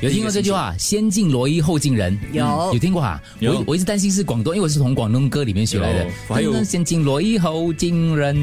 有听过这句话“先敬罗衣，后敬人”？有有听过啊？有我我一直担心是广东，因为我是从广东歌里面学来的有。还有先敬罗衣，后敬 人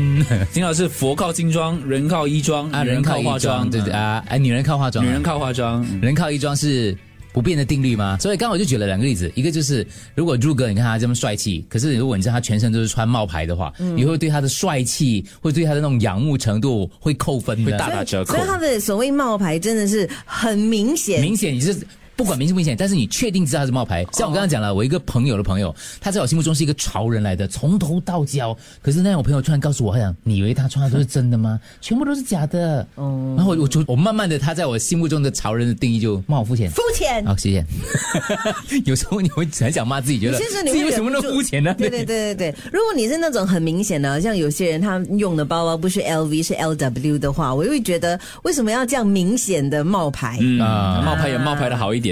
听到是佛靠金装，人靠衣装啊，女人靠靠化衣装，妆，嗯对对啊，哎，女人靠化妆啊，女人靠化妆，嗯人靠衣装是不变的定律吗？所以刚好我就举了两个例子，一个就是如果朱哥你看他这么帅气，可是如果你知道他全身都是穿冒牌的话，你会对他的帅气，会对他的那种仰慕程度会扣分的，会大打折扣所以他的所谓冒牌真的是很明显，明显你是。不管明不明显，但是你确定知道他是冒哦牌。像我刚刚讲了，我一个朋友的朋友，他在我心目中是一个潮人来的，从头到脚。可是那我朋友突然告诉我，他讲你以为他穿的都是真的吗？全部都是假的。哦。然后我我就我慢慢的，他在我心目中的潮人的定义就冒肤浅。肤浅。好， 谢谢。有时候你会很想骂自己，觉得其实你自会己为什么那么忍不住肤浅呢？对对对对对，如果你是那种很明显的，像有些人他用的包包不是 LV 是 LW 的话，我就会觉得为什么要这样明显的冒牌？嗯啊，冒牌也冒牌的好一点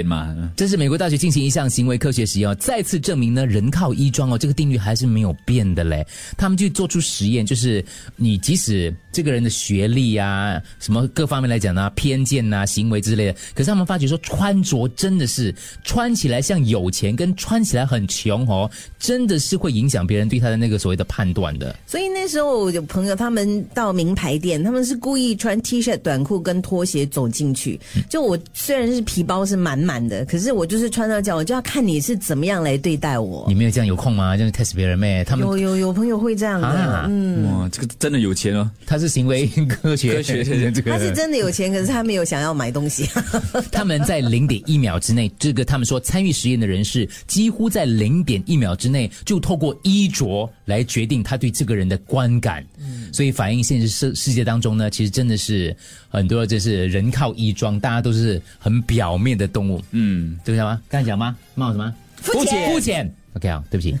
嘛。嗯这是美国大学进行一项行为科学实验哦，再次证明呢，人靠衣装哦，这个定律还是没有变的嘞。他们就做出实验，就是你即使这个人的学历啊，什么各方面来讲呢、偏见呐、行为之类的，可是他们发觉说，穿着真的是穿起来像有钱，跟穿起来很穷哦，真的是会影响别人对他的那个所谓的判断的。所以那时候我有朋友他们到名牌店，他们是故意穿 T 恤、短裤跟拖鞋走进去。嗯就我虽然是皮包是满满的，可是我就是穿到这样，我就要看你是怎么样来对待我你。没有这样有空吗？这样 test 别人咩？嗯他们哦有有有朋友会这样的，啊嗯。哇，这个真的有钱哦！他是行为科学，科学对 这个他是真的有钱，可是他没有想要买东西。啊 他们在零点一秒之内，这个他们说参与实验的人士几乎在零点一秒之内就透过衣着来决定他对这个人的观感，所以反映现实世世界当中呢，其实真的是很多就是人靠衣装，大家都是很表面的动物，嗯，对不对吗？刚才讲吗？骂我什么？肤浅肤浅。OK 啊，对不 起，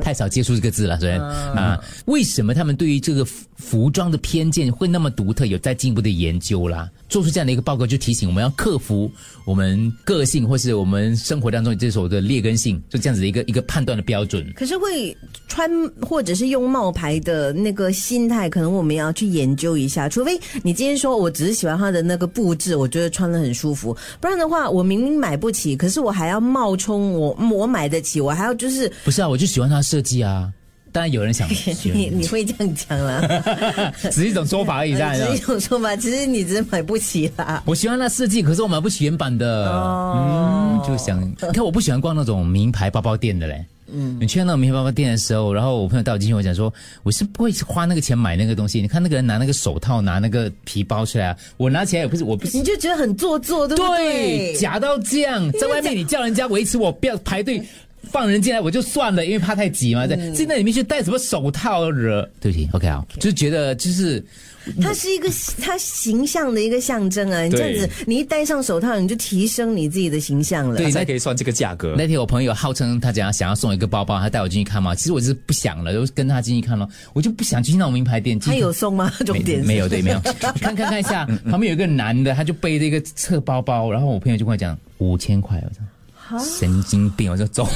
太少接触这个字了，昨天啊，嗯为什么他们对于这个服服装的偏见会那么独特？有在进一步的研究啦，做出这样的一个报告，就提醒我们要克服我们个性或是我们生活当中这所谓的劣根性，就这样子的一个一个判断的标准。可是会穿或者是用冒牌的那个心态，可能我们要去研究一下。除非你今天说我只是喜欢他的那个布置，我觉得穿的很舒服，不然的话，我明明买不起，可是我还要冒充我我买得起，我还要就是 不是啊，我就喜欢它的设计啊。当然有 人想，你你会这样讲 啦，只是一种说法而已，当然啊 只了是一种说法，只是你只是买不起啦。我喜欢那设计，可是我买不起原版的。嗯，就想，你看我不喜欢逛那种名牌包包店的嘞。嗯，你去到那种名牌包包店的时候，然后我朋友带我进去，我讲说我是不会花那个钱买那个东西。你看那个人拿那个手套，拿那个皮包出来啊，我拿起来也不是，我不 是你就觉得很做作，对不对对？假到这样，在外面你叫人家维持我不要排队。放人进来我就算了，因为怕太挤嘛。在进到里面去戴什么手套惹？对不起，OK 啊，就是觉得就是它是一 个它形象的一个象征啊！你这样子，你一戴上手套，你就提升你自己的形象了。对他才可以算这个价 格。那天我朋友号称他讲想要送我一个包包，他带我进去看嘛。其实我就是不想了，就跟他进去看咯。我就不想进去那种名牌店。进他去有送吗？重点是没没有对没有。看看看一下，旁边有一个男的，他就背着一个侧包包，然后我朋友就跟我讲五千块，我说神经病，我就走。